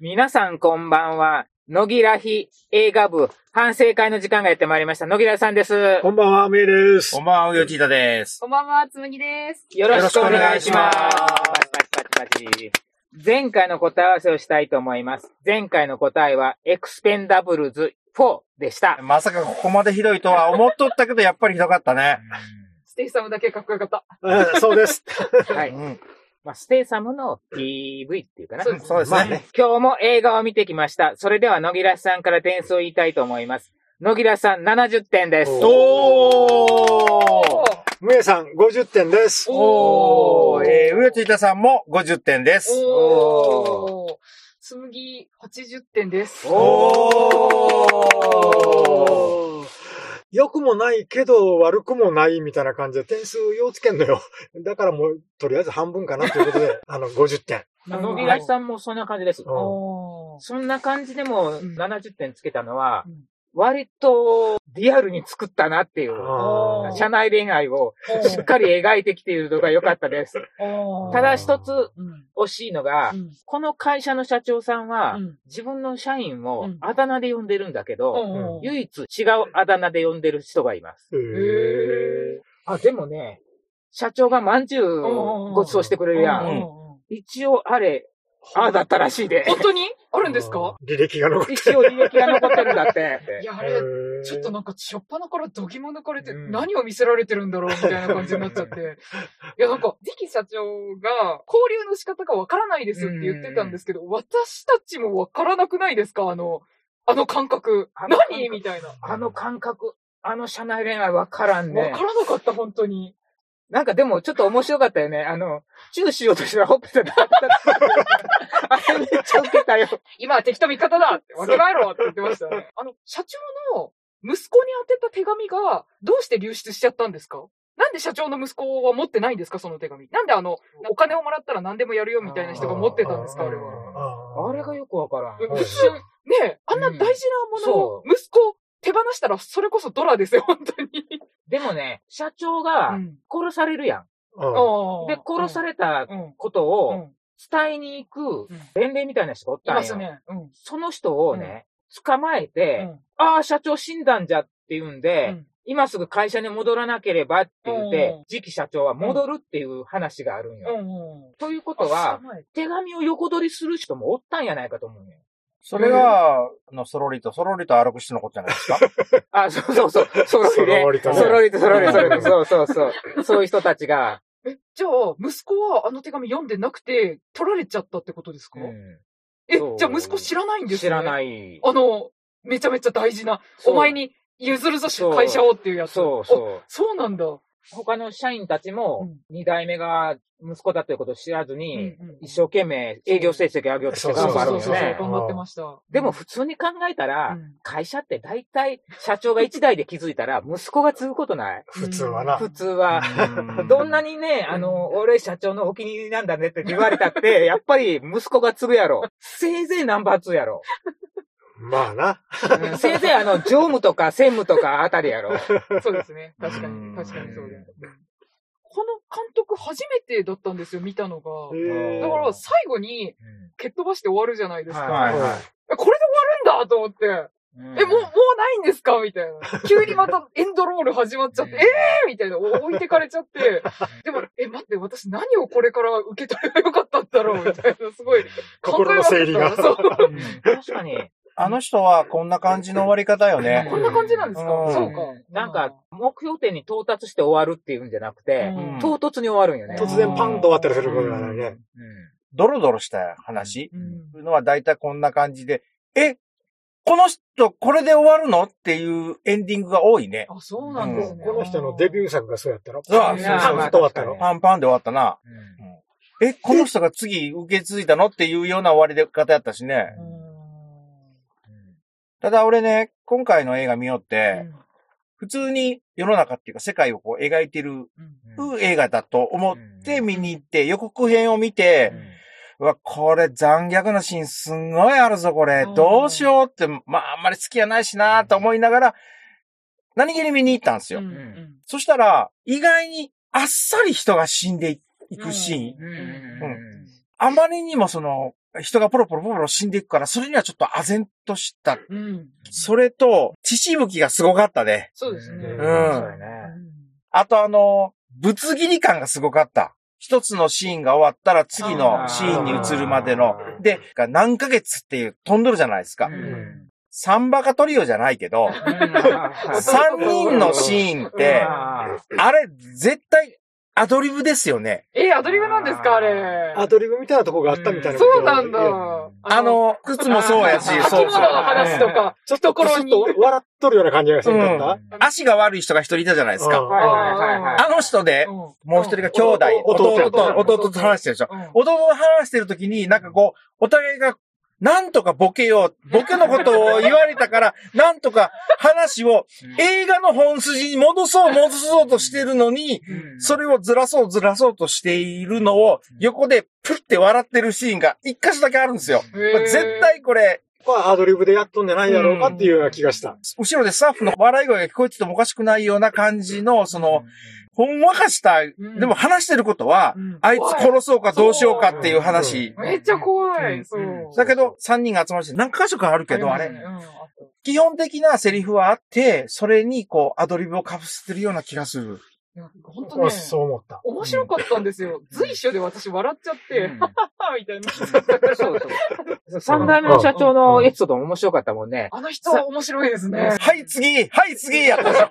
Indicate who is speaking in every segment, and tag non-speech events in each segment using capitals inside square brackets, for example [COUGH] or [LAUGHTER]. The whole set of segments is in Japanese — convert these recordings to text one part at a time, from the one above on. Speaker 1: 皆さんこんばんは。野木らひ映画部反省会の時間がやってまいりました。野木らさんです。
Speaker 2: こんばんは、めいです
Speaker 3: こ。んばんは、およちいたです。
Speaker 4: こんばんは、つむぎです。
Speaker 1: よろしくお願いします。
Speaker 3: よろしくお願い
Speaker 1: パ
Speaker 3: します
Speaker 1: チパチパチパチ前回の答え合わせをしたいと思います。前回の答えは、エクスペンダブルズ4でした。
Speaker 3: まさかここまでひどいとは思っとったけど、やっぱりひどかったね。
Speaker 4: ステイサムだけかっこよかった。
Speaker 2: うんそうです。
Speaker 1: は。
Speaker 3: はい
Speaker 1: まあ、ステイサムの PV っていうかな。
Speaker 4: そう
Speaker 3: そうです
Speaker 2: まあ
Speaker 3: ね
Speaker 2: ね。
Speaker 1: 今日も映画を見てきました。それでは、野木らさんから点数を言いたいと思います。野木らさん70点です。
Speaker 3: おー
Speaker 2: めいさん、50点です。
Speaker 3: お
Speaker 4: お
Speaker 3: ーえー、うよちいたさんも50点です。
Speaker 4: おー。つむぎ80点です。
Speaker 3: おー
Speaker 2: 良くもないけど悪くもないみたいな感じで点数用つけんのよ。だからもう、とりあえず半分かなということ
Speaker 4: [LAUGHS]
Speaker 2: で、あの、50点。
Speaker 1: 野木らさんもそんな感じです。
Speaker 2: うん
Speaker 4: おー
Speaker 1: そんな感じでも
Speaker 4: うん
Speaker 1: 70点つけたのは
Speaker 4: うん、
Speaker 1: 割とリアルに作ったなっていう、
Speaker 2: あ
Speaker 4: ー
Speaker 1: 社内恋愛をしっかり描いてきているのが良かったです。
Speaker 4: おー
Speaker 1: ただ一つ
Speaker 4: うん。
Speaker 1: 惜しいのが
Speaker 4: う、ん
Speaker 1: この会社の社長さんは
Speaker 4: うん、
Speaker 1: 自分の社員を
Speaker 4: うん
Speaker 1: あだ名で呼んでるんだけど、
Speaker 4: おー
Speaker 1: 唯一違うあだ名で呼んでる人がいます。
Speaker 2: ーへ
Speaker 1: あ、でもね、社長が饅頭をごちそうしてくれるや
Speaker 3: うん
Speaker 1: ん。
Speaker 4: うん
Speaker 1: 一応あれ、ああだったらしい
Speaker 4: [LAUGHS]
Speaker 1: で。
Speaker 4: 本当にあ
Speaker 2: ー
Speaker 4: るんですか
Speaker 2: 履歴が残って
Speaker 1: 一応履歴が残ってるんだって。
Speaker 4: いや、あれ、
Speaker 2: る
Speaker 4: ちょっとなんか、しょっぱなからどぎも抜かれて、
Speaker 3: うん
Speaker 4: 何を見せられてるんだろうみたいな感じになっちゃって。
Speaker 1: [LAUGHS]
Speaker 4: いや、なんか、次期社長が、交流の仕方がわからないですって言ってたんですけど、私たちもわからなくないですかあの、あの感覚。
Speaker 1: あの感覚
Speaker 4: 何みたいな。わ
Speaker 1: あの感覚、あの社内恋愛わからんね
Speaker 4: か。らなかった、本当に。
Speaker 1: なんかでもちょっと面白かったよね。あの、チューしようとしたらほっぺただった。あれめっちゃウケたよ。
Speaker 4: 今は敵と味方だって、わけないろって言ってましたね。あの、社長の息子に宛てた手紙が、どうして流出しちゃったんですかなんで社長の息子は持ってないんですかその手紙。なんであの、お金をもらったら何でもやるよみたいな人が持ってたんですかあれは。
Speaker 2: あ
Speaker 1: あれがよくわからん。
Speaker 4: うん
Speaker 2: はい
Speaker 4: 普通、ねえ、あんな大事なものを
Speaker 1: そ、
Speaker 4: 息子を手放したら、それこそドラですよ、本当に。
Speaker 1: でもね、社長が殺されるや
Speaker 2: うん
Speaker 1: ん。
Speaker 4: あ
Speaker 1: で、殺さ
Speaker 4: れ
Speaker 1: れた
Speaker 4: うん。うん
Speaker 1: こと
Speaker 4: う
Speaker 1: を
Speaker 4: ん
Speaker 1: 伝えに行く
Speaker 4: うん
Speaker 1: 伝令みたいな人がおっ
Speaker 4: い
Speaker 1: た
Speaker 4: ま
Speaker 1: ん
Speaker 4: す
Speaker 1: よ。
Speaker 4: ね。うん。
Speaker 1: その人をね、捕まえて、ああ、社長死んだんじゃって言うんで、
Speaker 4: うん
Speaker 1: 今すぐ会社に戻らなければって言って
Speaker 4: うん、
Speaker 1: 次期社長は戻るっていう話があるんよ。
Speaker 4: うん。うん。
Speaker 1: というこ
Speaker 4: あ
Speaker 1: とは、
Speaker 4: 少ない
Speaker 1: 手紙を横取りする人もおったんやないかと思うね。
Speaker 3: それは、あの、そろりと、そろりと歩く人のことじゃないですか。
Speaker 1: あ、そうそうそう。そろりで。
Speaker 2: そろりとね
Speaker 1: そろりとそろりとそろりと。そうそうそう。そういう人たちが。
Speaker 4: え、じゃあ、息子はあの手紙読んでなくて、取られちゃったってことですかえ、
Speaker 1: そう
Speaker 4: じゃあ息子知らないんです
Speaker 1: 知ら
Speaker 4: い。
Speaker 1: ない。
Speaker 4: あの、めちゃめちゃ大事な、お前に譲るぞ
Speaker 1: そう、
Speaker 4: 会社をっていうやつ。
Speaker 1: そう
Speaker 4: あ。
Speaker 1: そう。
Speaker 4: そうなんだ。
Speaker 1: 他の社員たちも、二代目が息子だということを知らずに、
Speaker 4: うんうん
Speaker 1: 一生懸命営業成績上げようとして
Speaker 2: そうそ
Speaker 1: 頑
Speaker 2: うそう
Speaker 1: 張るん
Speaker 4: そう
Speaker 1: で
Speaker 4: そ
Speaker 1: す
Speaker 4: うそう、
Speaker 1: ね。
Speaker 4: 頑張ってました。
Speaker 1: でも普通に考えた
Speaker 4: う
Speaker 1: ら、
Speaker 4: ん、
Speaker 1: 会社って大体社長が一代で気づいたら息子が継ぐことない。
Speaker 2: 普通はな
Speaker 1: 普通は。どんなにね、あの、俺社長のお気に入りなんだねって言われたって、やっぱり息子が継ぐやろ。せいぜいナンバー2やろ。
Speaker 2: まあな。
Speaker 1: うんせいぜいあの、常務とか専務とかあたりやろ。
Speaker 4: そうですね。確か
Speaker 3: うん
Speaker 4: に、確かにそうです。この監督初めてだったんですよ、見たのが。
Speaker 2: へ
Speaker 4: だ
Speaker 2: ー
Speaker 4: から最後に蹴っ飛ばして終わるじゃないですか。
Speaker 1: は
Speaker 3: はいは
Speaker 4: えこれで終わるんだと思って。
Speaker 1: うん
Speaker 4: え、もう、もうないんですかみたいな。急にまたエンドロール始まっちゃって、
Speaker 1: うん
Speaker 4: ええー、みたいな、お置いてかれちゃって。でも、え、待って、私何をこれから受け取ればよかったんだろうみたいな、すごい。
Speaker 2: 心の整理が
Speaker 4: 考えましたそう。
Speaker 1: 確かに。
Speaker 3: あの人はこんな感じの終わり方よね。
Speaker 4: こんな感じなんですか
Speaker 3: うん
Speaker 4: そうか。
Speaker 1: なんか、目標点に到達して終わるっていうんじゃなくて、
Speaker 3: ん
Speaker 1: 唐突に終わるんよね。
Speaker 2: 突然パンと終わったりすることがないね。
Speaker 1: う
Speaker 3: ドロドロした話
Speaker 4: うんうん
Speaker 3: のは大体こんな感じで、え、この人これで終わるのっていうエンディングが多いね。
Speaker 4: あ、そうなんですね。
Speaker 2: この人のデビュー作がそうやったろ
Speaker 3: そう
Speaker 2: パンと終わったろ
Speaker 3: パンパンで終わったな。
Speaker 1: んうん
Speaker 3: え、この人が次受け継いだのっていうような終わり方やったしね。ただ俺ね、今回の映画見よって、普通に世の中っていうか世界をこう描いてる
Speaker 1: うん
Speaker 3: 映画だと思って見に行って、予告編を見て、うわ、これ残虐なシーンすんごいあるぞ、これ
Speaker 4: う。ん
Speaker 3: どうしようって、まああんまり好きやないしなと思いながら、何気に見に行ったんですよ。
Speaker 4: うん
Speaker 3: そしたら、意外にあっさり人が死んでいくシーン。
Speaker 1: うんうんうん
Speaker 3: あまりにもその、人がポロポロポロポロ死んでいくから、それにはちょっと唖然とした。
Speaker 4: うん。
Speaker 3: それと、血しぶきがすごかったね。
Speaker 4: そうですね。
Speaker 1: うん。
Speaker 3: う
Speaker 1: そう
Speaker 3: ん
Speaker 1: や
Speaker 4: う
Speaker 1: ね。
Speaker 4: ん
Speaker 3: あとあの、ぶつ切り感がすごかった。一つのシーンが終わったら次のシーンに移るまで
Speaker 1: あ
Speaker 3: の。
Speaker 1: ー
Speaker 3: で、何ヶ月っていう飛んどるじゃないですか。
Speaker 1: うん
Speaker 4: うん
Speaker 3: サンバカトリオじゃないけど、三人のシーンって、
Speaker 1: あ
Speaker 3: あれ、絶対、アドリブですよね。
Speaker 4: え、アドリブなんですかあれ。
Speaker 2: アドリブみたいなとこがあったみたいなことを
Speaker 4: そうなんだ
Speaker 2: いや。
Speaker 3: あ、の、靴もそうやし、
Speaker 1: あー
Speaker 3: そ
Speaker 4: 秋
Speaker 3: う
Speaker 4: 物
Speaker 3: そ
Speaker 4: の
Speaker 3: う。
Speaker 4: 話とか、
Speaker 2: ちょっとこ
Speaker 4: 懐
Speaker 2: ろ
Speaker 4: に
Speaker 2: に笑っとるような感じがせんかった、
Speaker 3: 足が悪い人が一人いたじゃないです
Speaker 2: う
Speaker 3: か
Speaker 2: ん。
Speaker 1: はいはいはいはい。
Speaker 3: あの人で、
Speaker 4: も
Speaker 3: もう一人が兄弟、
Speaker 2: お弟
Speaker 3: 弟と、弟と話してるでしょ。弟と話してる時に、なんかこう、お互いが、なんとかボケよう、ボケのことを言われ
Speaker 2: [LAUGHS]
Speaker 3: たから、なんとか話を映画の本筋に戻そう、戻そうとしてるのに、それをずらそうずらそうとしているのを、横でプッて笑ってるシーンが一箇所だけあるんですよ。絶対これ、
Speaker 2: これはアドリブでやっとんじゃないやろうかっていうような気がした。
Speaker 3: 後ろでスタッフの笑い声が聞こえててもおかしくないような感じの、その、ほんわかした、でも話してることは、あいつ殺そうかどうしようかっていう話。
Speaker 4: めっちゃ怖
Speaker 3: うん
Speaker 4: い。そう。
Speaker 3: だけど、3人が集まるし、何箇所かあるけど、あ
Speaker 4: うん
Speaker 3: れ、
Speaker 4: うん
Speaker 3: 基本的なセリフはあって、それにこう、アドリブをかぶせてるような気がする。
Speaker 4: いや本当
Speaker 2: 俺
Speaker 4: ね、
Speaker 2: そう思った。
Speaker 4: 面白かったんですよ。随所で私笑っちゃって、はぁみたい
Speaker 1: [LAUGHS]
Speaker 4: な。
Speaker 1: そうそう。三代目の社長のエピソードも面白かったもんね。
Speaker 4: あの人は面白いですね。
Speaker 3: はい、次はい、次やったでしょ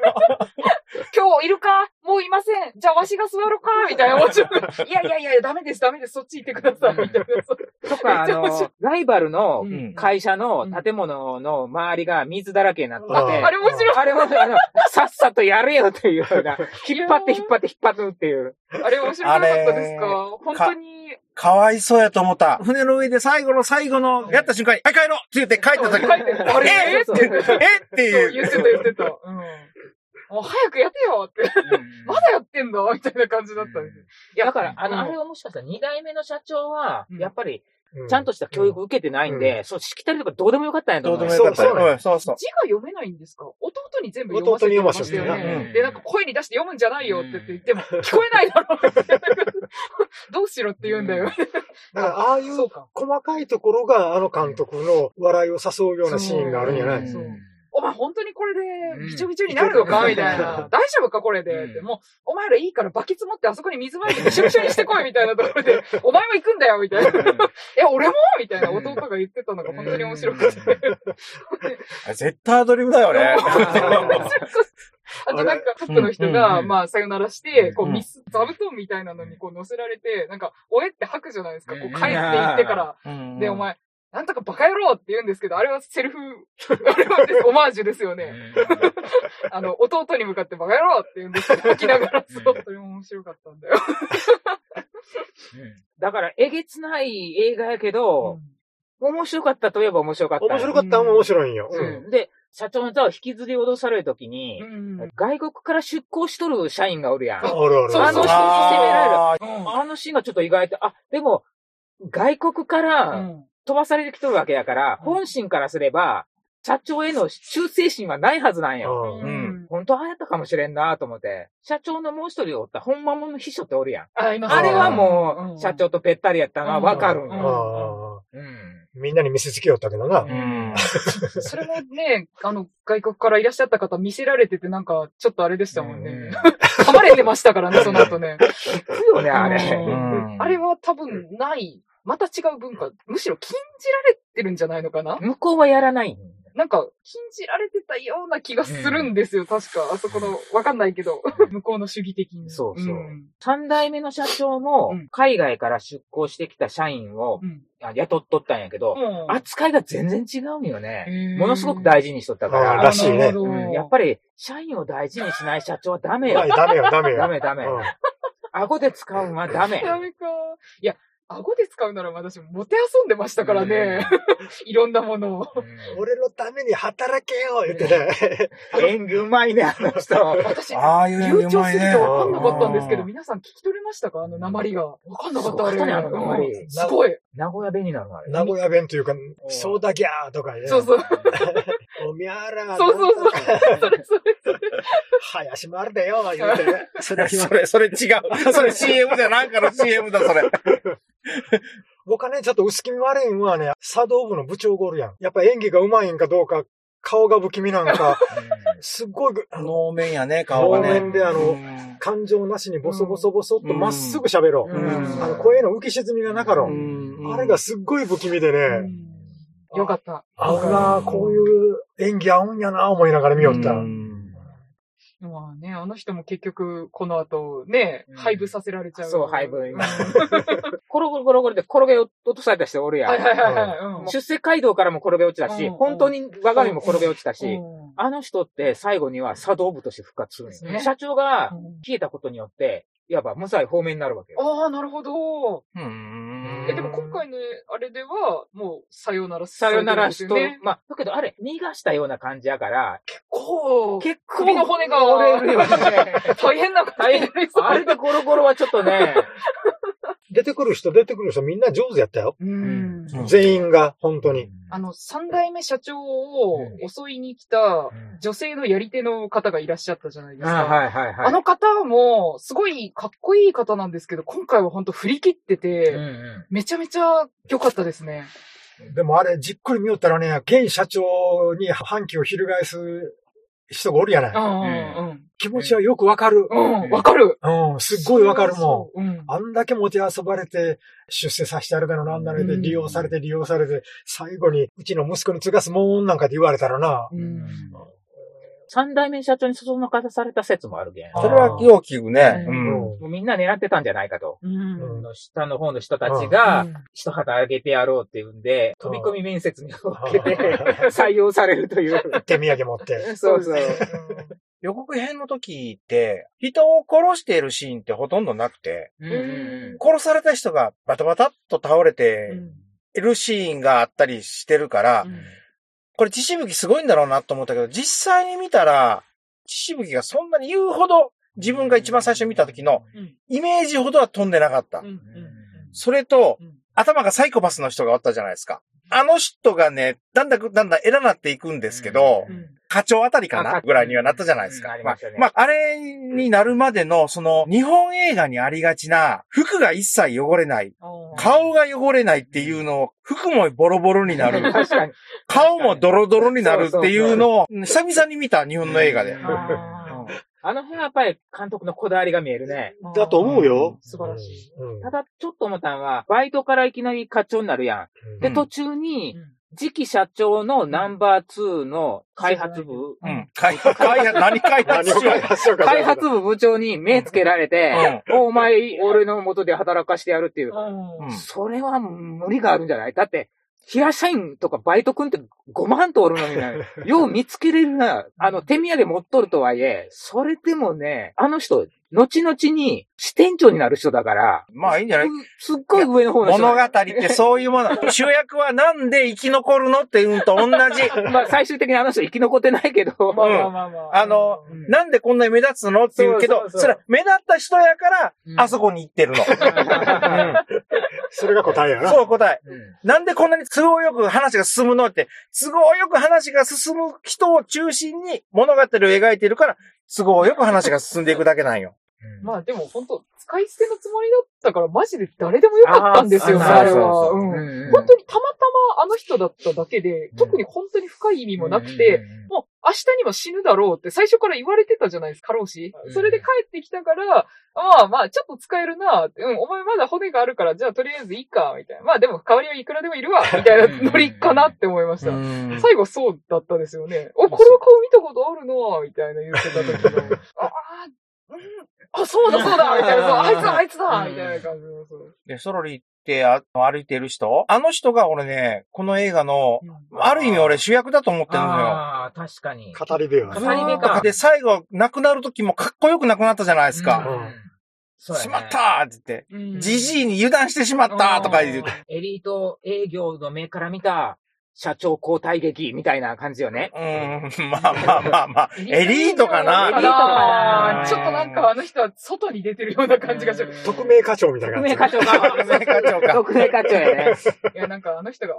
Speaker 4: 今日いるかもういません。じゃあわしが座ろうかみたいな。面白いいやいやいや、ダメです、ダメです。そっち行ってください。みたいな。
Speaker 1: とか、あ
Speaker 4: めっちゃ面白い
Speaker 1: の、ライバルの
Speaker 3: ん
Speaker 1: 会社の建物の周りが水だらけになってて、
Speaker 2: うん
Speaker 4: あれ面白い。
Speaker 1: あれも、あの、さっさとやれよというような、引っ張って引っ張って引っ張るっていう。
Speaker 4: あれ面白くなかったですか
Speaker 3: あれ
Speaker 4: 本当に。
Speaker 3: かわいそうやと思った。船の上で最後の最後の、やった瞬間に、はい、帰ろうって言って帰った時、
Speaker 4: 書いてる。あれ
Speaker 3: え
Speaker 4: え
Speaker 3: っ
Speaker 4: ー
Speaker 3: っ
Speaker 4: ってて、
Speaker 3: えっって
Speaker 4: そう
Speaker 3: い
Speaker 4: 言
Speaker 3: う
Speaker 4: っ。てた言ってた。うん。もう早くやってよって。まだやってんだみたいな感じだったんですよ。いや
Speaker 1: だから、あ
Speaker 4: う
Speaker 1: の、
Speaker 4: ん
Speaker 1: あれがもしかしたら二代目の社長は
Speaker 4: う、ん
Speaker 1: やっぱり、
Speaker 2: う
Speaker 1: ちゃんとした教育受けてないん
Speaker 2: う
Speaker 1: で、そう、しきたりとかどうでもよかったんやと
Speaker 3: どう
Speaker 1: 思
Speaker 3: で
Speaker 1: う
Speaker 3: も。よかった
Speaker 2: そうそう
Speaker 3: よ。うんそうそう。
Speaker 4: 字が読めないんですか弟に全部読ませてました
Speaker 2: 弟
Speaker 4: よ
Speaker 2: に読ませ
Speaker 1: て
Speaker 4: ね。
Speaker 1: ね
Speaker 4: で、なんか声に出して読むんじゃないよって言っても、聞こえないだろうって。どうしろって言うんだよ。
Speaker 2: だから、ああいう
Speaker 4: そうか。
Speaker 2: 細かいところが、あの監督の笑いを誘うようなシーンがあるんじゃない
Speaker 4: そううんお前本当にこれでびちょびちょになるのかみたいな。大丈夫かこれで。って
Speaker 1: うん
Speaker 4: もう、お前らいいからバケツ持ってあそこに水まいてびしょびしょにしてこいみたいなところで、お前も行くんだよみたいな。え、俺もみたいな弟が言ってたのが本当に面白
Speaker 1: [LAUGHS]
Speaker 4: くて。
Speaker 3: あ絶対アドリブだよね。 [LAUGHS]
Speaker 4: あとなんか、トップの人が、
Speaker 1: うん
Speaker 4: まあ、さよならして、こう、
Speaker 3: うん
Speaker 4: ミス、座布団みたいなのにこう乗せられて、なんか、おえって吐くじゃないですか。こう、
Speaker 1: うん
Speaker 4: 帰って行ってから。
Speaker 3: うん
Speaker 4: で、お。前、なんとかバカ野郎って言うんですけど、あれはセルフ、あれはオマージュですよね。あの、弟に向かってバカ野郎って言うんですけ
Speaker 1: [LAUGHS]
Speaker 4: ど、吐きながら、そう、それも面白かったんだよ。
Speaker 1: だから、えげつない映画やけど、面白かったといえば面白かった。
Speaker 2: [LAUGHS] 面白かったも面白いんよ。
Speaker 4: う
Speaker 2: うん
Speaker 4: ん
Speaker 1: で、社長の座を引きずり戻されるときに
Speaker 4: う、ん。
Speaker 1: 外国から出向しとる社員がおるやん。
Speaker 2: あるある。
Speaker 4: そう
Speaker 1: あの人に責められる。
Speaker 3: あ
Speaker 1: あのシーンがちょっと意外と、あ、でも、外国か
Speaker 4: う
Speaker 1: ら
Speaker 4: ん
Speaker 1: 飛ばされてきとるわけやから、
Speaker 4: うん
Speaker 1: 本心からすれば、社長への忠誠心はないはずなんよ。
Speaker 2: うん
Speaker 3: ん
Speaker 1: 本当はああやったかもしれんなと思って。社長のもう一人おった、本間もの秘書っておるやん。
Speaker 4: あ、今
Speaker 1: あれはも
Speaker 4: ん
Speaker 1: う、社長とぺったりやったのはわかるん
Speaker 4: う
Speaker 2: あ
Speaker 1: よ。
Speaker 2: あ
Speaker 1: うん。
Speaker 2: みんなに見せつけよったけどな。
Speaker 3: ーうん
Speaker 4: それもね、あの、外国からいらっしゃった方見せられてて、なんか、ちょっとあれでしたもん
Speaker 1: う
Speaker 4: ね。
Speaker 1: ん
Speaker 4: 噛まれてましたからね、その後ね。
Speaker 1: 行くよね、あれ。
Speaker 3: うん
Speaker 4: あれは多分ない、また違う文化、むしろ禁じられてるんじゃないのかな
Speaker 1: 向こうはやらない。
Speaker 4: なんか、禁じられてたような気がするんですよ、確か。あそこの、わかんないけど、向こうの主義的に。
Speaker 1: そうそうん三代目の社長
Speaker 4: う
Speaker 1: も
Speaker 4: ん、
Speaker 1: 海外から出向してきた社員を
Speaker 4: うん。
Speaker 1: あ雇っとったんやけど、
Speaker 4: うん
Speaker 1: 扱いが全然違うんよね。
Speaker 4: へー
Speaker 1: ものすごく大事にしとったか
Speaker 2: あ
Speaker 1: ら。
Speaker 2: らしいね
Speaker 4: なるほど
Speaker 1: うんやっぱり、社員を大事にしない社長はダメよ
Speaker 2: はい。ダメよ、ダメよ。
Speaker 1: ダメダメ
Speaker 2: う。ん
Speaker 1: 顎で使うのはダメ。
Speaker 4: ダメか。いや、顎で使うなら私、もて遊んでましたからね。いろんなものを。
Speaker 1: うん。
Speaker 2: 俺のために働けよ言ってね。
Speaker 1: 演技うまいね、あの人。
Speaker 4: 私、
Speaker 3: ああいう
Speaker 4: [LAUGHS]
Speaker 3: の
Speaker 4: 流
Speaker 3: う
Speaker 4: 暢
Speaker 3: まい
Speaker 4: すぎて
Speaker 3: ね。
Speaker 4: わかんなかったんですけど、
Speaker 3: う
Speaker 4: 皆さん聞き取れましたかあの鉛が。わかんなかった、
Speaker 1: そう
Speaker 4: あ
Speaker 1: わ
Speaker 4: れ。
Speaker 1: かんないあの訛り
Speaker 4: うんすご
Speaker 1: [LAUGHS]
Speaker 4: い。
Speaker 1: 名古屋弁になるのあれ。
Speaker 2: 名古屋弁というか、そうだギャーとかね。
Speaker 4: そうそう。 [LAUGHS]
Speaker 2: おみゃら。
Speaker 4: そうそうそう。
Speaker 2: [LAUGHS]
Speaker 4: それそれ。
Speaker 2: 林もあるだよ、言うて
Speaker 3: [LAUGHS]
Speaker 2: ね。それは言わ
Speaker 3: それ、それ違う。それ CM じゃなんかの CM だ、それ。
Speaker 2: 僕はね、ちょっと薄気味悪いんはね、茶道部の部長ゴールやん。やっぱ演技が上手いんかどうか、顔が不気味なんか、すっごい、あの、
Speaker 3: 能面やね、顔が
Speaker 2: 能
Speaker 3: ね。
Speaker 2: 面であの
Speaker 3: うん
Speaker 2: 感情なしにボソボソボソっとまっすぐ喋ろう。
Speaker 3: うん
Speaker 2: あの、声の浮き沈みがなかろう。
Speaker 3: うん
Speaker 2: あれがすっごい不気味でね、
Speaker 4: よかった。
Speaker 2: 合うなあこういう演技合うんやなあ思いながら見よった。
Speaker 3: うん
Speaker 4: まあね、あの人も結局、この後、ね
Speaker 1: う、ん
Speaker 4: 配布させられちゃう。
Speaker 1: そう、配分
Speaker 4: うん。
Speaker 1: 今
Speaker 4: は。
Speaker 1: コロコロコロコロで転げ落とされた人おる
Speaker 4: い
Speaker 1: や
Speaker 4: はい
Speaker 1: ん。
Speaker 4: はいはいうん。
Speaker 1: 出世街道からも転げ落ちたし、
Speaker 4: うん
Speaker 1: 本当に我が身も転げ落ちたし、
Speaker 4: うん
Speaker 1: あの人って最後には茶道部として復活するんです
Speaker 4: ですね
Speaker 1: 社長が
Speaker 4: うん
Speaker 1: 消えたことによって、いわば無罪方面になるわけよ。
Speaker 4: ああ、なるほど。
Speaker 3: うん
Speaker 4: え、でも今回のあれでは、もう、さよなら
Speaker 1: さよなら
Speaker 4: し
Speaker 1: し
Speaker 4: と
Speaker 1: と
Speaker 4: るんですよね。、
Speaker 1: まあ、だけどあれ、逃がしたような感じやから、
Speaker 4: こう、
Speaker 1: 結構、
Speaker 4: 首の骨が
Speaker 1: 折れるよね。
Speaker 4: 大変な感じになり [LAUGHS] そう。
Speaker 1: あれでゴロゴロはちょっとね、
Speaker 2: 出てくる人出てくる人みんな上手やったよ。
Speaker 4: うん。
Speaker 3: うん
Speaker 2: 全員が、本当に。
Speaker 4: あの、三代目社長を
Speaker 1: う
Speaker 4: 襲いに来た
Speaker 1: うん
Speaker 4: 女性のやり手の方がいらっしゃったじゃないです
Speaker 1: あ
Speaker 4: か。
Speaker 1: はいはいはい。
Speaker 4: あの方も、すごいかっこいい方なんですけど、今回は本当振り切ってて、
Speaker 1: うんうん
Speaker 4: めちゃめちゃ良かったですね。
Speaker 2: でもあれ、じっくり見よったらね、現社長に反旗を翻す人がおるやない。
Speaker 4: うんうん
Speaker 2: 気持ちはよくわかる。
Speaker 4: うん。うん、わかる。
Speaker 2: うん、すっごいわかるもん。
Speaker 4: ん。うん。
Speaker 2: あんだけ持ち遊ばれて、出世させてやるだのなんだので
Speaker 4: うん
Speaker 2: 利用されて利用されて、最後にうちの息子に継がすもんなんかで言われたらな。
Speaker 4: うん
Speaker 1: 三代目社長にそそのかされた説もあるけん。
Speaker 2: あ
Speaker 3: それはよう聞くね。
Speaker 4: う
Speaker 2: う
Speaker 3: う
Speaker 2: んん
Speaker 1: もうみんな狙ってたんじゃないかと。
Speaker 4: うん。
Speaker 2: うん
Speaker 1: の下の方の人たちが、一旗あげてやろうっていうんで、
Speaker 2: うん
Speaker 1: 飛び込み面接に受けて、 [LAUGHS] 採用されると
Speaker 3: [LAUGHS]
Speaker 1: いう。
Speaker 2: 手土産持って。
Speaker 1: そうそう。
Speaker 3: 予告編の時って、人を殺しているシーンってほとんどなくて、
Speaker 1: うんうん
Speaker 3: 殺された人がバタバタっと倒れているシーンがあったりしてるから、
Speaker 4: うん
Speaker 3: これ血しぶきすごいんだろうなと思ったけど、実際に見たら、血しぶきがそんなに言うほど、自分が一番最初見た時の
Speaker 4: うん
Speaker 3: イメージほどは飛んでなかった。
Speaker 4: うん
Speaker 3: それと、
Speaker 4: うん
Speaker 3: 頭がサイコパスの人がおったじゃないですか。あの人がね、だんだんだんだん偉なっていくんですけど、
Speaker 4: うん
Speaker 3: 課長あたりか
Speaker 1: あ
Speaker 3: な
Speaker 1: 課
Speaker 3: ぐらいにはなったじゃないで
Speaker 1: う
Speaker 3: す
Speaker 1: ん
Speaker 3: か
Speaker 1: あ。りましたね
Speaker 3: まあ、あれになるまでの、その、日本映画にありがちな、服が一切汚れない、顔が汚れないっていうのを、服もボロボロに
Speaker 1: [LAUGHS]
Speaker 3: なる、
Speaker 1: 確かに。
Speaker 3: 顔もドロドロになるっていうのを、久々に見た日本の映画で。
Speaker 1: う
Speaker 3: うんん
Speaker 4: あ
Speaker 1: あの辺はやっぱり監督のこだわりが見えるね。
Speaker 4: [LAUGHS] ー
Speaker 2: だと思うよ。
Speaker 4: 素晴らしい。
Speaker 2: うん。うん
Speaker 1: ただ、ちょっと思ったのは、バイトからいきなり課長になるやん。で、
Speaker 3: うん
Speaker 1: 途中に
Speaker 4: うん、
Speaker 1: 次期社長のナンバー2の開発部、
Speaker 3: うん。開発、開発、何開発
Speaker 2: 何を
Speaker 3: しよ
Speaker 2: 開
Speaker 3: う。
Speaker 2: 発しようか
Speaker 1: 開発部部長に目つけられて、おお前、俺の元で働かしてやるっていう。
Speaker 3: う
Speaker 4: うん
Speaker 3: ん
Speaker 1: それは無理があるんじゃないだって、平社員とかバイト君って5万とおるのに [LAUGHS] ね、よう見つけれるな。あの、手土産持っとるとはいえ、それでもね、あの人、後々に支店長になる人だから、
Speaker 3: まあ、いいんじゃない
Speaker 1: すっごい上の方の人。
Speaker 3: 物語ってそういうも [LAUGHS] の。主役はなんで生き残るのっていうのと同 [LAUGHS] じ。
Speaker 1: まあ、最終的にあの人生き残ってないけ [LAUGHS] ど、
Speaker 4: まあまあまあまあ。
Speaker 3: あの
Speaker 1: うん
Speaker 3: なんでこんなに目立つのって言うけど、
Speaker 1: そう
Speaker 3: そ
Speaker 1: そうそう
Speaker 3: れは目立った人やから、
Speaker 1: うん
Speaker 3: あそこに行ってる [LAUGHS] の。
Speaker 2: それが答えや
Speaker 3: うん
Speaker 2: な。
Speaker 3: そう答え。
Speaker 1: うん
Speaker 3: なんでこんなに都合よく話が進むのって、都合よく話が進む人を中心に物語を描いてるから、都合よく話が進んでいくだけなんよ。
Speaker 4: まあでも本当使い捨てのつもりだったから、マジで誰でもよかったんですよね、
Speaker 1: あー
Speaker 4: あれは。
Speaker 1: そううそうんうんうん
Speaker 4: 本当にたまたまあの人だっただけで
Speaker 1: う、ん
Speaker 4: 特に本当に深い意味もなくて、、もう明日には死ぬだろうって最初から言われてたじゃないですか、過労死
Speaker 1: う。ん
Speaker 4: それで帰ってきたから、まあまあ、ちょっと使えるなって、うん、お前まだ骨があるから、じゃあとりあえずいいか、みたいな。まあでも代わりはいくらでもいるわ、みたいなノリかなって思いました。最後そうだったですよね。お、これは顔見たことあるなみたいな言ってた時の。ああ、うん、あ、そうだそうだみたいな、そうあいつだあいつだみたいな感じの、そう。
Speaker 3: で、ソロリってあ歩いてる人あの人が俺ね、この映画の、ある意味俺主役だと思ってるのよ。
Speaker 1: ああ、確かに。
Speaker 2: 語り部や
Speaker 1: 語
Speaker 2: な。
Speaker 1: り部か。
Speaker 3: で、最後、亡くなる時もかっこよく亡くなったじゃないですか。
Speaker 1: うんそうやね
Speaker 3: しまったーって言って、
Speaker 4: うん
Speaker 3: じじいに油断してしまったーとか言う。
Speaker 1: エリート営業の目から見た社長交代劇みたいな感じよね。
Speaker 3: うーん、まあまあまあまあ、エリートか
Speaker 1: エ
Speaker 3: な
Speaker 1: リートかな
Speaker 4: ちょっとなんかあの人は外に出てるような感じがする。
Speaker 2: 特命課長みたいな
Speaker 1: 特
Speaker 2: 感じ
Speaker 1: 命。課長か。
Speaker 3: 特命課長か
Speaker 1: 特命課長やね。
Speaker 4: いや、なんかあの人が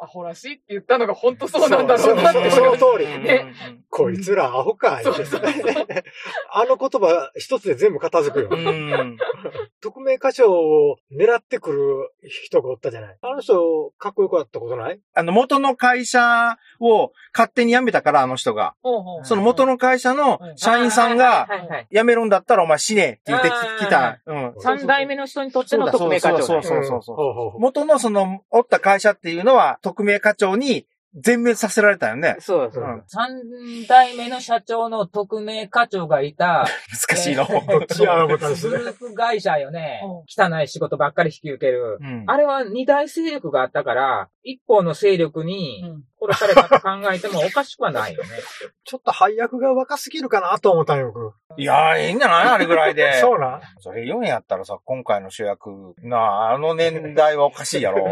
Speaker 4: アホらしいって言ったのが本当そうなんだろうなって
Speaker 2: そ
Speaker 4: 思
Speaker 2: う
Speaker 4: い
Speaker 2: その通り
Speaker 3: うん
Speaker 4: ね
Speaker 2: こいつらアホか。
Speaker 4: そうそうそう
Speaker 2: 言うて [LAUGHS] あの言葉一つで全部片付くよ。
Speaker 3: うん。
Speaker 2: 匿名歌唱を狙ってくる人がおったじゃない。あの人、かっこよかったことない
Speaker 3: あの、元の会社を勝手に辞めたから、あの人が。
Speaker 4: ほうほう
Speaker 3: その元の会社の
Speaker 1: うん
Speaker 3: [LAUGHS] 社員さんが、
Speaker 1: はいはいはい
Speaker 3: 辞めるんだったらお前死ねって言ってき
Speaker 1: うん
Speaker 3: 来た。うん。
Speaker 1: 三代目の人にとっての特命課長だよ
Speaker 3: そうそうそうそうん
Speaker 2: ほうほうほう
Speaker 3: 元のその、おった会社っていうのは、特命課長に全滅させられたよね。
Speaker 1: そう
Speaker 3: う
Speaker 1: そう。
Speaker 3: ん。
Speaker 5: 三代目の社長の特命課長がいた、
Speaker 3: 難しいの。
Speaker 2: どっちや思ったんです
Speaker 5: グ
Speaker 2: ね。
Speaker 5: ループ会社よね
Speaker 4: うん。
Speaker 5: 汚い仕事ばっかり引き受ける
Speaker 3: う。ん。
Speaker 5: あれは二大勢力があったから、一方の勢力に
Speaker 4: うん
Speaker 5: 殺されたと考えてもおかしくはないよね。
Speaker 2: ちょっと配役が若すぎるかなと思ったんよ、僕。
Speaker 3: いやー、ええんじゃないあれぐらいで。
Speaker 2: [LAUGHS] そうなん
Speaker 3: それ4やったらさ、今回の主役、なあ、あの年代はおかしいやろ。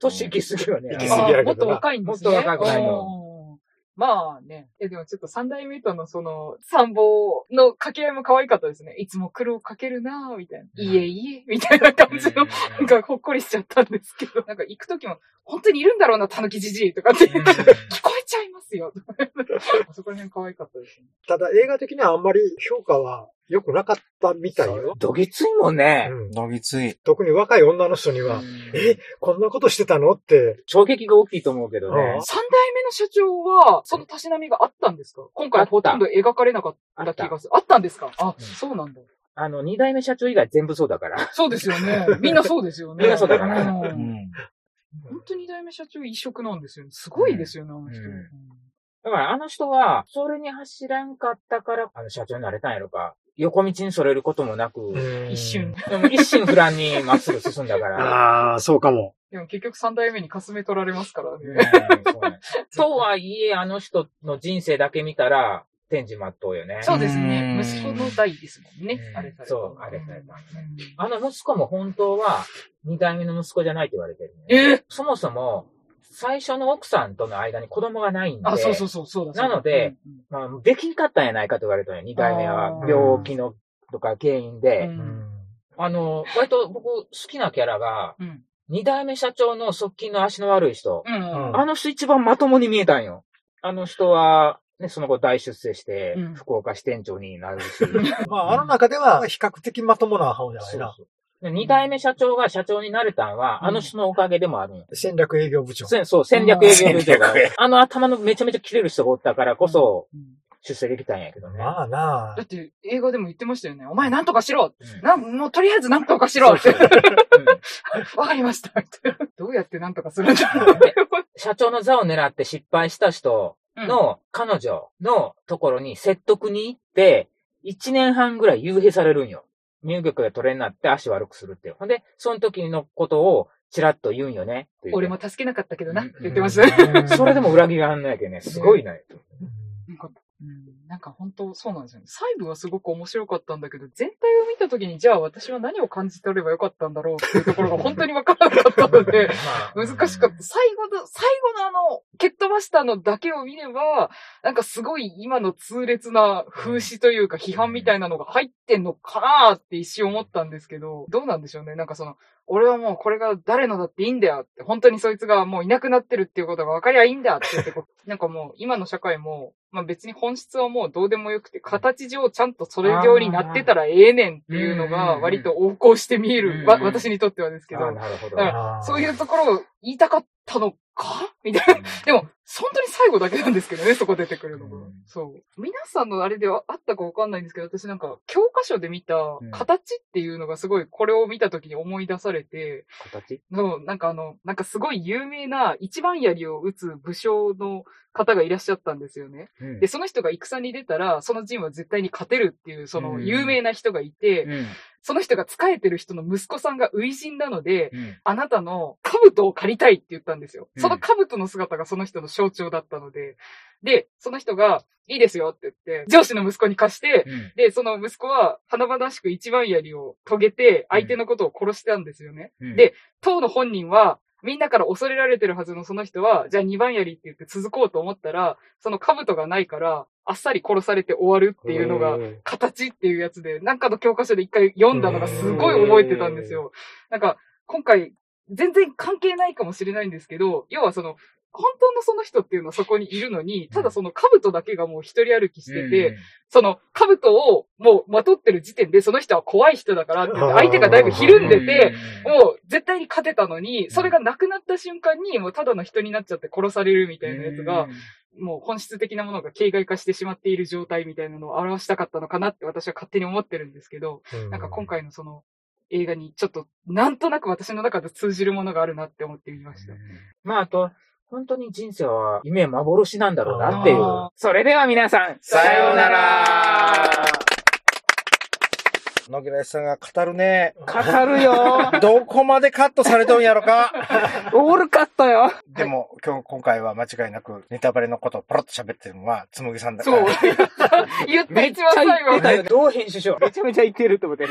Speaker 1: 年行き過ぎよね。
Speaker 2: 行き過ぎやけどな
Speaker 4: あもっと若いんですね。
Speaker 5: もっと若くない
Speaker 4: の。まあね。え、でもちょっと三代目とのその、参謀の掛け合いも可愛かったですね。いつも苦労かけるなぁ、みたいな。いえいえ、みたいな感じの、なんかほっ [LAUGHS] こりしちゃったんですけど。なんか行くときも、本当にいるんだろうな、たぬきじじいとかって、聞こえちゃいます
Speaker 1: [LAUGHS]
Speaker 4: よ。あそこら辺可愛かったですね。
Speaker 2: [LAUGHS] ただ映画的にはあんまり評価は良くなかった
Speaker 4: [LAUGHS]
Speaker 2: みたいよ。
Speaker 1: どぎついもんね。
Speaker 2: うん
Speaker 3: のぎつい。
Speaker 2: 特に若い女の人には、え、こんなことしてたのって、
Speaker 1: 衝撃が大きいと思うけどね
Speaker 2: うん。
Speaker 4: 三代目の社長は、そのたしなみがあったんですか今回ほとんど描かれなかっ
Speaker 1: あ
Speaker 4: た
Speaker 1: っ
Speaker 4: 気
Speaker 1: た。
Speaker 4: がする。あったんですかあ、
Speaker 1: うん
Speaker 4: そうなんだ。
Speaker 1: あの、二代目社長以外全部そうだから。
Speaker 4: そうですよね。みんなそうですよね。
Speaker 1: みんなそうだから
Speaker 4: ん
Speaker 3: うん。
Speaker 4: 本当に二代目社長異色なんですよね。すごいですよね、あの人。
Speaker 1: うんだからあの人は、それに走らんかったから、あの社長になれたんやろか。横道にそれることもなく、
Speaker 4: 一瞬。。
Speaker 1: でも一心不乱にまっすぐ進んだか
Speaker 4: [LAUGHS]
Speaker 1: ら。
Speaker 2: ああ、そうかも。
Speaker 4: でも結局三代目にかすめ取られますから
Speaker 1: うん
Speaker 4: ね。
Speaker 1: そう
Speaker 4: [LAUGHS]
Speaker 1: ねとはいえ、あの人の人生だけ見たら、天寿全うよね。
Speaker 4: そうですね。
Speaker 3: うん
Speaker 4: 息子の代ですもんね
Speaker 1: う。ん
Speaker 4: あれされた
Speaker 1: そうあれされた
Speaker 4: うん
Speaker 1: あの息子も本当は、二代目の息子じゃないって言われてる、ね。
Speaker 4: ええ
Speaker 1: そもそも、最初の奥さんとの間に子供がないんで、
Speaker 4: あ、そうそうそう、そう
Speaker 1: な
Speaker 4: だ。
Speaker 1: ので
Speaker 4: うん、
Speaker 1: まあ、できんかったんやないかと言われたんや、二代目は
Speaker 4: あ。ー
Speaker 1: 病気の、とか原因
Speaker 4: う
Speaker 1: で。
Speaker 4: ん
Speaker 1: あの、割と僕好きなキャラが、
Speaker 4: うん。
Speaker 1: 二代目社長の側近の足の悪い人。
Speaker 4: うん。うん
Speaker 2: ん
Speaker 1: あの人一番まともに見えたんよ。あの人は、ね、その後大出世して
Speaker 4: うん、
Speaker 1: 福岡支店長になる [LAUGHS] し。
Speaker 2: [LAUGHS] まあ、あの中では比較的まともな方じゃないな。
Speaker 1: そうそうで二代目社長が社長になれたんは、あの人のおかげでもあるんよ。
Speaker 2: 戦略営業部長。
Speaker 1: せんそう、戦略営業部長が
Speaker 3: 戦略営、
Speaker 1: あの頭のめちゃめちゃ切れる人がおったからこそ、
Speaker 4: うん
Speaker 1: 出世できたんやけどね。
Speaker 2: まあな
Speaker 4: だって映画でも言ってましたよね。お前なんとかしろ
Speaker 1: うん
Speaker 4: なん、もうとりあえずなんとかしろっ
Speaker 1: そ
Speaker 4: て
Speaker 1: う。うん
Speaker 4: わかりました。 [LAUGHS] どうやってなんとかするんだ
Speaker 1: [LAUGHS]
Speaker 4: ろうって思って
Speaker 1: 社長の座を狙って失敗した人の彼女のところに説得に行って、1年半ぐらい幽閉されるんよ。入玉が取れになって足悪くするっていう。ほんで、その時のことをチラッと言うんよね。っていう
Speaker 4: 俺も助けなかったけどな
Speaker 1: うん
Speaker 4: って
Speaker 2: あ。
Speaker 4: 言ってま [LAUGHS] したね。
Speaker 1: それでも裏切らんのやけ
Speaker 4: [LAUGHS]
Speaker 1: ね。すごいな。
Speaker 4: なんか、うん、なんか本当そうなんですよね。細部はすごく面白かったんだけど、全体を見たときに、じゃあ私は何を感じ取ればよかったんだろうっていうところが本当にわからなかったので、難しかった。最後の、最後のあの、蹴っ飛ばしたのだけを見れば、なんかすごい今の痛烈な風刺というか批判みたいなのが入ってんのかなーって一瞬思ったんですけど、どうなんでしょうね。なんかその、俺はもうこれが誰のだっていいんだよって、本当にそいつがもういなくなってるっていうことが分かりゃいいんだって言ってこう [LAUGHS] なんかもう今の社会も、まあ別に本質はもうどうでもよくて、形上ちゃんとそれようになってたらええねんっていうのが割と横行して見える。わ
Speaker 1: うん
Speaker 4: 私にとってはですけ
Speaker 1: ああ、
Speaker 4: ど。
Speaker 1: なるほど。
Speaker 4: だ [LAUGHS] そういうところを言いたかったのかみたいな。でも、本当に最後だけなんですけどね、そこ出てくるのが。
Speaker 1: うん
Speaker 4: そう。皆さんのあれではあったかわかんないんですけど、私なんか、教科書で見た
Speaker 1: ん
Speaker 4: 形っていうのがすごい、これを見た時に思い出されて、
Speaker 1: 形
Speaker 4: の、なんかあの、なんかすごい有名な一番槍を打つ武将の方がいらっしゃったんですよね。
Speaker 1: うん
Speaker 4: で、その人が戦に出たら、その陣は絶対に勝てるっていう、その有名な人がいて、
Speaker 1: うん
Speaker 4: その人が仕えてる人の息子さんが初陣なので、
Speaker 1: うん
Speaker 4: あなたの兜を借りたいって言ったんですよ。
Speaker 1: うん
Speaker 4: その兜の姿がその人の象徴だったので。で、その人が、いいですよって言って、上司の息子に貸して、
Speaker 1: うん
Speaker 4: で、その息子は、華々しく一番槍を遂げて、相手のことを殺したんですよね。
Speaker 1: うん
Speaker 4: で当の本人は、みんなから恐れられてるはずのその人は、じゃあ二番槍って言って続こうと思ったら、その兜がないから、あっさり殺されて終わるっていうのが、
Speaker 2: ん
Speaker 4: 形っていうやつで、なんかの教科書で一回読んだのがすごい覚えてたんですよ。なんか、今回、全然関係ないかもしれないんですけど、要はその、本当のその人っていうのはそこにいるのに、ただその兜だけがもう一人歩きしてて、その兜をもうまとってる時点でその人は怖い人だからって言って相手がだいぶひるんでて、もう絶対に勝てたのに、それがなくなった瞬間にもうただの人になっちゃって殺されるみたいなやつが、もう本質的なものが形骸化してしまっている状態みたいなのを表したかったのかなって私は勝手に思ってるんですけど、なんか今回のその映画にちょっとなんとなく私の中で通じるものがあるなって思ってみました。
Speaker 1: まあ、あと、本当に人生は夢幻なんだろうなっていう
Speaker 4: あー。
Speaker 1: それでは皆さん、
Speaker 3: さような
Speaker 1: ら
Speaker 3: 野木らさんが語るね。
Speaker 1: 語るよ
Speaker 3: どこまでカットされとんやろか。
Speaker 1: オールカットよ
Speaker 3: でも、今日、今回は間違いなく、ネタバレのことをポロッと喋ってるのは、つむぎさんだか
Speaker 4: そう
Speaker 1: [LAUGHS]
Speaker 3: ら。。
Speaker 4: 言った
Speaker 1: めっ
Speaker 4: 一
Speaker 1: ちゃ
Speaker 4: 番最
Speaker 1: 言って
Speaker 4: 後。
Speaker 1: たよね。どう編集しよう。めちゃめちゃ言ってると思って。